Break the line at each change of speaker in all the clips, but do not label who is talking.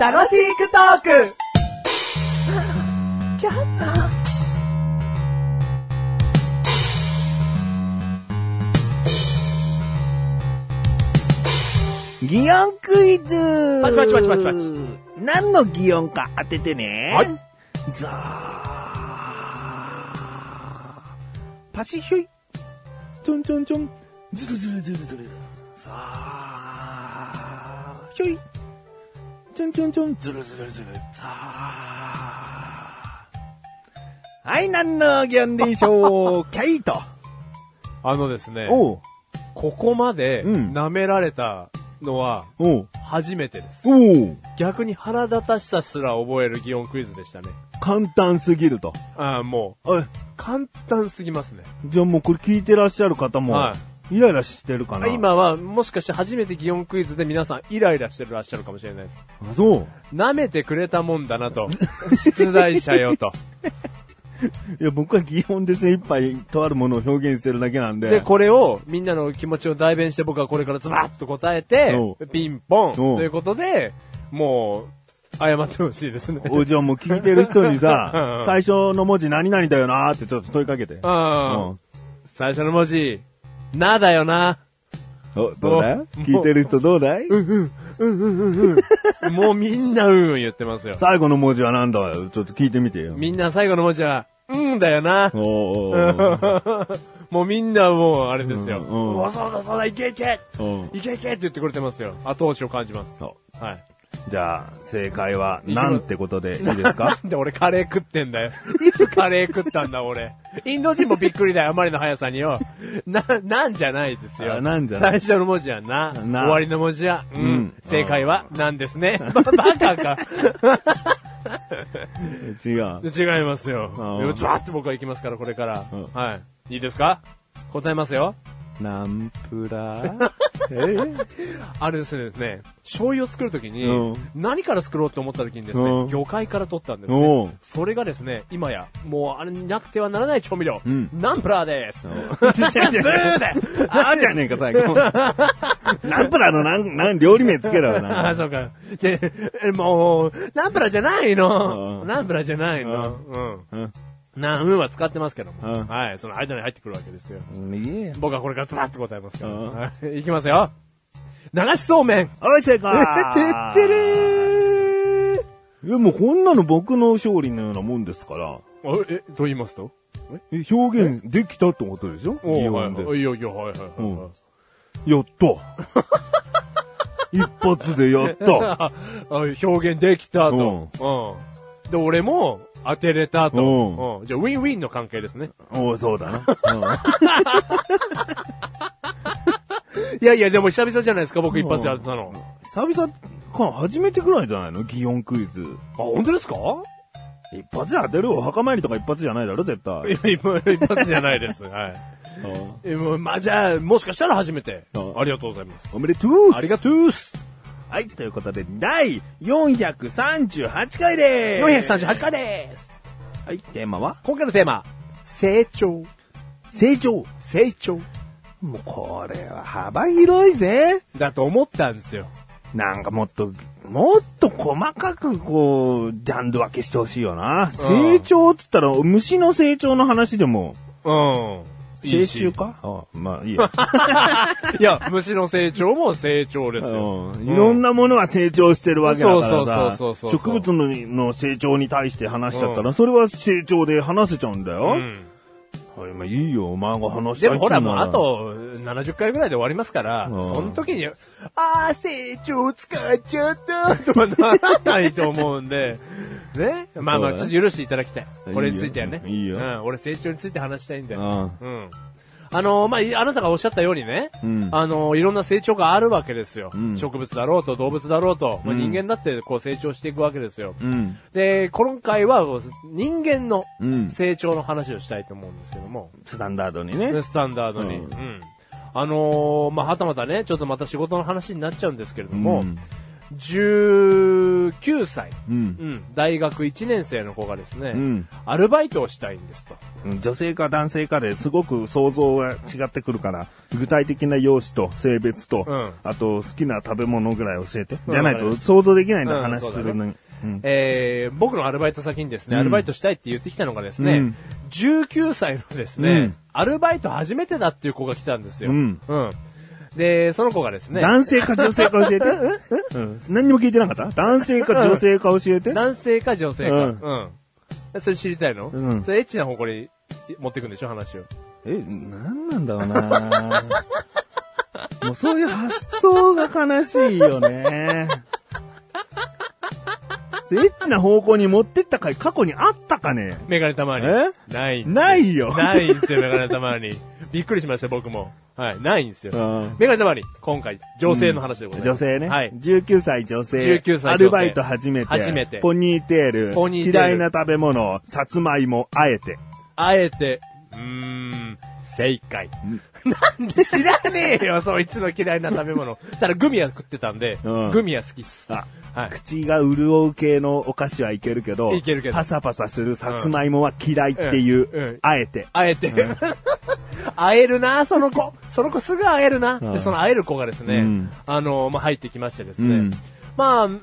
楽しくトーク
擬音クイズ
パチパチパチパチパチ
何の擬音か当ててね。
はい。
ザー。パチヒュイ。ちょんちょんちょん。ズルズルズルズル。ザー。ヒュイ。ちょんちょんちょん。ズルズルズル。ザー。はい、何の擬音でしょうキャイト。
あのですね、
おう。
ここまで
うん
舐められたのは
おう。
初めてです。
おう。
逆に腹立たしさすら覚える擬音クイズでしたね。
簡単すぎると。
ああ、もう、
おい。
簡単すぎますね。
じゃあもうこれ聞いてらっしゃる方も、
は
イライラしてるかな。
あ。今は、もしかして初めて擬音クイズで皆さんイライラしてらっしゃるかもしれないです。
あそう。
舐めてくれたもんだな と。出題者よと。
いや、僕は擬音で精一杯とあるものを表現してるだけなんで。
で、これを、みんなの気持ちを代弁して僕はこれからズバッと答えて
お、
ピンポン、
お
ということで、もう、謝ってほしいですね。
おじゃあもう聞いてる人に
う
さ
ん、
最初の文字何々だよなーってちょっと問いかけて。
う
うん
ん。最初の文字、なだよな。
お、どうだい
もう
聞いてる人どうだい
もうみんなうんうん言ってますよ。
最後の文字は何だよちょっと聞いてみてよ。
みんな最後の文字は、うんだよな。
おー
もうみんなもうあれですよ。
うんうん
うわそうだそうだ、いけいけ
うん
いけいけって言ってくれてますよ。後押しを感じます。
そ
はい。
うじゃあ、正解は何てことでい いですか
なんで俺カレー食ってんだよ。いつカレー食ったんだ俺。インド人もびっくりだよ、あまりの速さによ。な、なんじゃないですよ。
あなんじゃない
最初の文字はな。
な
終わりの文字は、うん。
うん
正解は、なんですね。ば、バカか。
違 う。
違いますよ。
あ
でもズワッと僕は行きますから、これから。
うん
はい。いいですか答えますよ。
ナンプラえ
あれですね、醤油を作るときに、
うん
何から作ろうと思ったときにですね、
うん
魚介から取ったんです
おう
ね。それがですね、今や、もうあれなくてはならない調味料、
うん
ナンプラーです。
違う違う
ブーだよ
あーじゃねえか、最後。ナンプラーのなん、なん、料理名つけろよ
ああ、
な。
そうか。じゃ、えもう、ナンプラーじゃないの
うん
ナンプラーじゃないの
う
うんん。ナンは使ってますけど
う
も。
ん
はい、その間に入ってくるわけですよ。
いいや
僕はこれからズバッと答えますから。
うん
はいいきますよ。流しそうめん
おい、正
て
解
ってれー
いや、もうこんなの僕の勝利のようなもんですから、
あえ、と言いますと
え表現できたってことでしょ
お
擬音
はい
で。
いやいや、はいはいはいは
う
い
ん。やった一発でやった
あ 表現できたと。うん。で、俺も当てれたと。うん。じゃあ、ウィンウィンの関係ですね。
おうそうだな。
いやいや、でも久々じゃないですか、僕一発で当てたの。あ、
うん久々か、初めてくらいじゃないの擬音クイズ。
本当ですか
一発で当てるお墓参りとか一発じゃないだろ、絶
い
対。
や、今 一発じゃないです。 はい。
うん
えもうまあ、じゃあ、もしかしたら初めて。
うん
ありがとうございます。
おめでとう
ありがとうっす。
はい、ということで、第438回でーす。
438回です。
はい、テーマは
今回のテーマ、成長。
成長。
成長。
もうこれは幅広いぜ。
だと思ったんですよ。
なんかもっと、もっと細かくこう、ジャンル分けしてほしいよな。成長っつったら、虫の成長の話でも、
うん。
成長かあまあいいや。
いや、虫の成長も成長ですよ。
うんいろん
な。
なものは成長してるわけだからさ。
そうそうそうそうそう
植物のの成長に対して話しちゃったら、
う
それは成長で話せちゃうんだよ。
うん
はい、まあいいよ、お前が話した
で
い
もほら
っつ
も
ん
う
な
あと70回ぐらいで終わりますから、
うん
その時に、あー、成長使っちゃったとかならないと思うん で、ねまあまあ、
そう
ち
だ
ょっ
ね
と許していただきたい。これについてはね。
いいよいいよ
うん、俺成長について話したいんだよ。
うん
うん。あのーまあ、いあなたがおっしゃったようにね、
うん
あのーいろんな成長があるわけですよ。
うん
植物だろうと動物だろうと、まあ、
うん
人間だってこう成長していくわけですよ。
うん。
で、今回は人間の
うん
成長の話をしたいと思うんですけども、
スタンダードにね。
スタンダードに。
うん
うんあのーまあ、はたまたね、ちょっとまた仕事の話になっちゃうんですけれども、
うん
19歳、
うん。
うん、大学1年生の子がですね、
うん
アルバイトをしたいんですと。
女性か男性かですごく想像が違ってくるから、具体的な容姿と性別と、
うん
あと好きな食べ物ぐらい教えて。
うん
じゃないと想像できないんだ、
うん
話するのに。うん
えー僕のアルバイト先にですね、アルバイトしたいって言ってきたのがですね、
うん
19歳のですね、
うん
アルバイト初めてだっていう子が来たんですよ。
うん
で、その子がですね、
男性か女性か教えて。うん、何にも聞いてなかった男性か女性か教えて。
男性か女性か。
う
うんん。それ知りたいの、
うん
それエッチな方向に持ってくんでしょ話を。
え、なんなんだろうな もうそういう発想が悲しいよね。エッチな方向に持ってった回過去にあったかね
メガネたまに。
え
ないんですよ
ないよ
ないんですよ、メガネたまに。びっくりしました、僕も。はい、ないんですよ。
うん
メガネたまに、今回、女性の話でございます。
女性ね。
はい。
19歳女性。
19歳女性
アルバイト初めて。
初めて
ポニーテール。
ポニーテール
嫌いな食べ物。さつまいも、あえて。
あえて、うーん、正解。なんで知らねえよ、そいつの嫌いな食べ物。ただグミは食ってたんで、
うん
グミは好きっす。
あ
はい。
口が潤う系のお菓子はいけるけど。
いけるけど
パサパサするさつまいもは嫌いっていう。
うんうん
あえて。
あえて、 会えるな、その子。その子すぐ会えるな。
うん
で、その会える子がですね、
うん
あの、まあ、入ってきましてです
う
ね
ん。
まあ、うん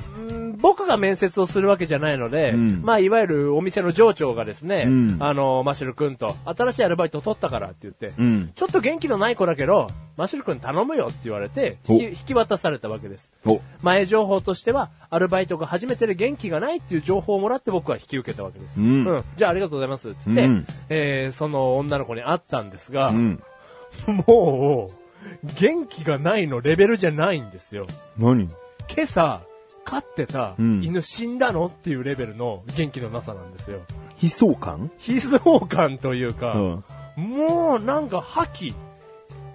僕が面接をするわけじゃないので、
ん
まあ、いわゆるお店の上長がですね、
うん
あの、マシュル君と、新しいアルバイトを取ったからって言って、
うん
ちょっと元気のない子だけど、マシュル君頼むよって言われて、引き
お
引き渡されたわけです。
お
前情報としては、アルバイトが始めてる元気がないっていう情報をもらって僕は引き受けたわけです。
うん
じゃあありがとうございます。つって、
うん
えーその女の子に会ったんですが、
うん。
もう、元気がないのレベルじゃないんですよ。
何
今朝、飼ってた
うん
犬死んだのっていうレベルの元気のなさなんですよ。
悲壮感
悲壮感というか、
うん
もうなんか覇気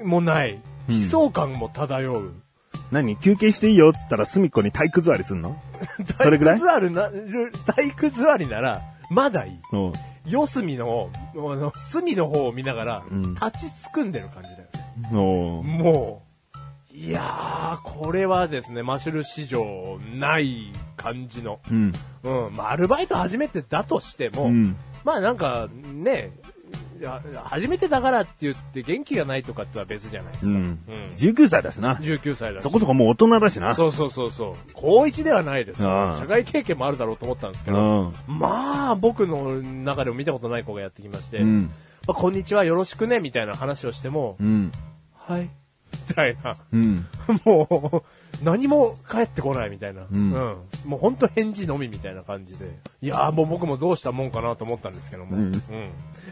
もない。
うん
悲壮感も漂う。
何休憩していいよっつったら隅っこに体育座りすんのそれぐらい
体育座りな、る体育座りなら、まだいい。
うん。
四隅の、あの、隅の方を見ながら
うん、
立ちつくんでる感じだよね。
おー
もう、いやー、これはですね、マシュル史上ない感じの、
うん。
うん、まあ、アルバイト初めてだとしても、
うん
まあなんかね、いや初めてだからって言って元気がないとかっては別じゃないです
う
か。
ん。19歳だしな。
19歳だし
そこそこもう大人だしな。
そうそうそうそう。高1ではないですよ
ああ
社会経験もあるだろうと思ったんですけ
う
ど、
ん。
まあ僕の中でも見たことない子がやってきまして、
うん。
まあ、こんにちはよろしくねみたいな話をしても、
うん。
はい。みたいな。
うん。
もう、何も返ってこないみたいな。
う
うんん。もうほんと返事のみみたいな感じで。いやーもう僕もどうしたもんかなと思ったんですけども。
うん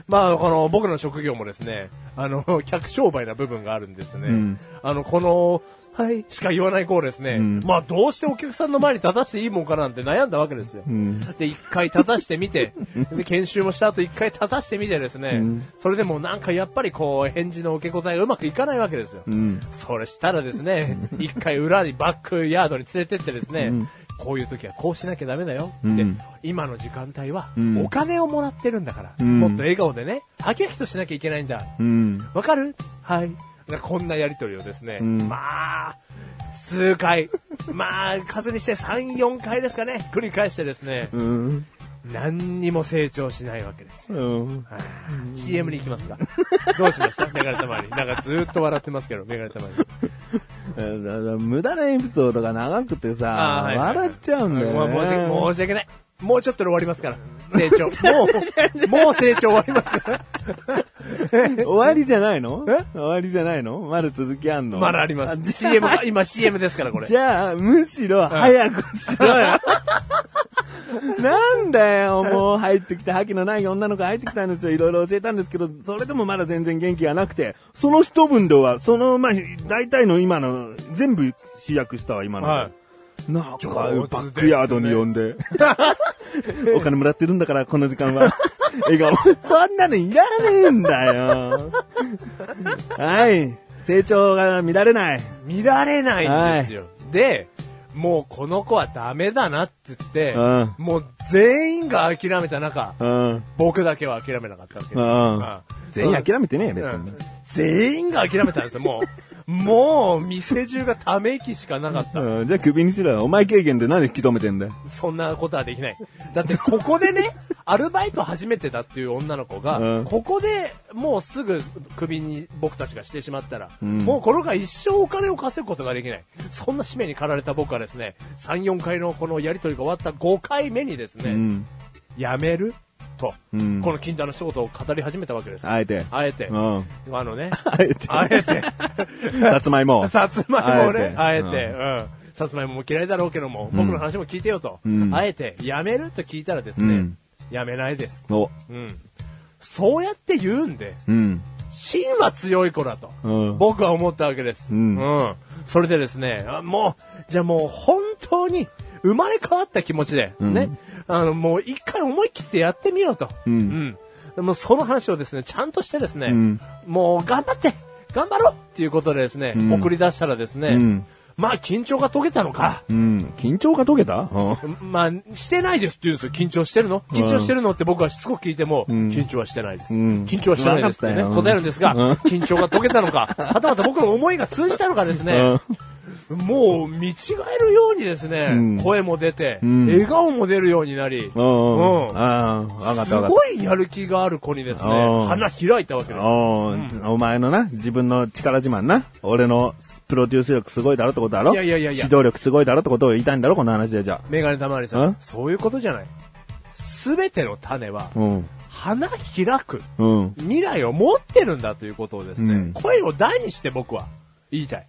まあ、この僕の職業もですね、あの、 客商売な部分があるんですね。
うん
あの、この、はい、しか言わない子をですね、
ん
まあどうしてお客さんの前に立たせていいもんかなんて悩んだわけですよ。
ん
で、一回立たしてみて、で研修もした後一回立たしてみてですね、それでもなんかやっぱりこう、返事の受け答えがうまくいかないわけですよ。
うん。
それしたらですね、一回裏にバックヤードに連れてってですね、こういう時はこうしなきゃダメだよって、
うん
今の時間帯は
ん
お金をもらってるんだから、
うん
もっと笑顔でね、はきはきとしなきゃいけないんだ。
うん。
わかるはい。こんなやりとりをですね、
ん
まあ、数回、 まあ、数にして3、4回ですかね、繰り返してですね、
うん。
何にも成長しないわけですよ。
うん。
はい CM に行きますかどうしましたメガネたまに。なんかずーっと笑ってますけど、メガネたまに。
無駄なエピソードが長くて
あー
さ
はい、はい
笑っちゃうんだよ
もう申し訳
ね。
申し訳ない。もうちょっとで終わりますから。成長。もう、もう成長終わりますから。
終わりじゃないの
え
終わりじゃないのまだ続きあんの
まだあります。CM が、今 CM ですから、これ。
じゃあ、むしろ早くしろよ。なんだよ、もう入ってきて、覇気のない女の子が入ってきたんですよ。いろいろ教えたんですけど、それでもまだ全然元気がなくて、その一分量は、その、まあ、大体の今の、全部主役したわ、今の。
は
なんか、バ
上手ですね
ックヤードに呼んで。お金もらってるんだから、この時間 は。笑顔。そんなのいらねえんだよ。はい。成長が見られない。
見られないんですよ。で、もうこの子はダメだなって言って、
うん
もう全員が諦めた中、
うん。
僕だけは諦めなかったわけですよ。
うん
うん
全員諦めてねえ、別
うん
に。
全員が諦めたんですよ、もう。もう、店中がため息しかなかった。
うんじゃあ首にしろよ。お前経験で何で引き止めてんだよ。
そんなことはできない。だって、ここ でね、アルバイト初めてだっていう女の子が、
うん
ここでもうすぐ首に僕たちがしてしまったら、
ん
もうこれが一生お金を稼ぐことができない。そんな使命に駆られた僕はですね、3、4回のこのやりとりが終わった5回目にですね、
うん。
やめると、
うん
この禁断の仕事を語り始めたわけです。
あえて。
あえて
う、ん。
あのね、
あえて。
あえて、
さつまいも。
さつまいもね、
あ
あ
え
え
て
て、うん。さつまいもも嫌いだろうけども、僕の話も聞いてよと。
うん
あえて、やめると聞いたらです
う
ね
ん、
やめないです。
お。
うん。そうやって言うんで、
うん。
芯は強い子だと
うん、
僕は思ったわけです。
う
うんん。それでですね、あもう、じゃあもう本当に生まれ変わった気持ちで、
ん
ね、あの、もう一回思い切ってやってみようと。
ん
うん。でもその話をですね、ちゃんとしてですね、
ん
もう頑張って、頑張ろうっていうことでですね、
ん
送り出したらですね、
うん
まあ緊張が解けたのか、
うん。緊張が解けたうん
まあ、してないですって言うんですよ。緊張してるの緊張してるのって僕はしつこく聞いても、緊張はしてないです。
ん
緊張はしてないですってね、
わかったよ
答えるんですが、
うん
緊張が解けた のか、はたまた僕の思いが通じたのかですね、もう見違えるようにですね、
ん
声も出て、
ん
笑顔も出るようになり、
うん。うん。
うん
ああ、わかっ
す
たわかっ
ごいやる気がある子にですね、
うん
花開いたわけで
た。
す。
おーお前のな、自分の力自慢な。俺のプロデュース力すごいだろってことだろ
いやいやいやいや
指導力すごいだろってことを言いたいんだろこの話でじゃ
メガネたまわりさ
うん
ん、そういうことじゃない。すべての種は
あ。、うん。
花開く。
うん。
未来を持ってるんだということをですね、
うん
声を大にして僕は言いたい。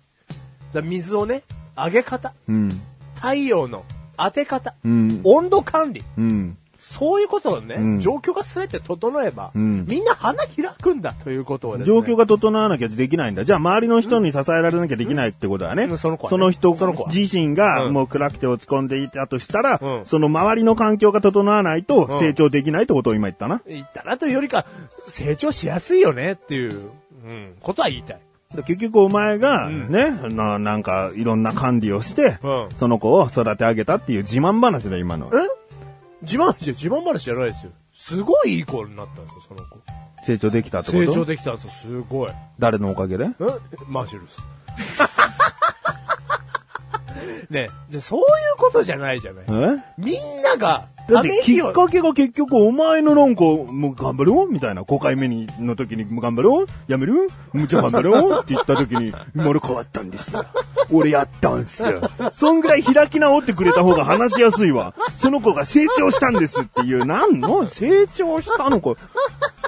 だから水をね、上げ方、
うん。
太陽の当て方、
うん
温度管理、
うん。
そういうことをね、
ん
状況が全て整えば、
うん
みんな花開くんだということをですね。
状況が整わなきゃできないんだ。じゃあ、周りの人に支えられなきゃできないってことだね。
うんその子はね
人
その子は
自身が
うん
もう暗くて落ち込んでいたとしたら、
うん
その周りの環境が整わないと
うん
成長できないってことを今言ったな。
言ったらというよりか、成長しやすいよねっていう、うん、ことは言いたい。
で結局お前が
ん
ね、な、なんかいろんな管理をして、
うん
その子を育て上げたっていう自慢話だ、今の
え。自慢話、自慢話じゃないですよ。すごいいい子になったんですよ、その子。
成長できたって
成
こ
長
と
できたんですよ、すごい。
誰のおかげで
うんマーシュルス。ねえじゃあそういうことじゃないじゃない。
え
みんなが、
だったて
め
き
息
っ
を
かけが結局お前のなんか、もう頑張ろうみたいな。5回目にの時にもう頑張ろうやめるもうじゃあ頑張ろうって言った時に、生まれ変わったんですよ。俺やったんすよ。そんぐらい開き直ってくれた方が話しやすいわ。その子が成長したんですっていう、なんの成長したのか。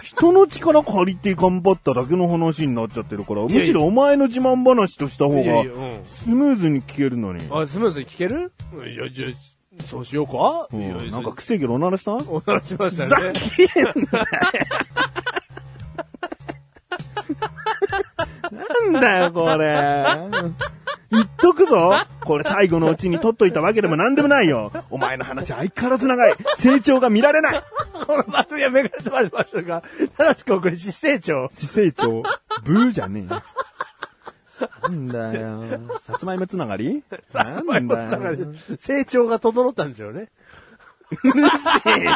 人の力借りて頑張っただけの話になっちゃってるから、む
やいや
しろお前の自慢話とした方
いや
が
いやうん、
スムーズに聞けるのに。
あ、スムーズに聞けるいや、じゃあそうしようか、
うん
いや
なんか、くせえけどおならした
おならしました
ざ
ね。
けんななんだよ、これ。言っとくぞ。これ最後のうちに取っといたわけでもなんでもないよ。お前の話相変わらず長い。成長が見られない。
この番組はメガネとまりましたが、正しくお送りし、成長。
死成長、ブーじゃねえよ。なんだよ。さつまいもつながりなんだよ。
成長が整ったんでしょうね。
うるせえよ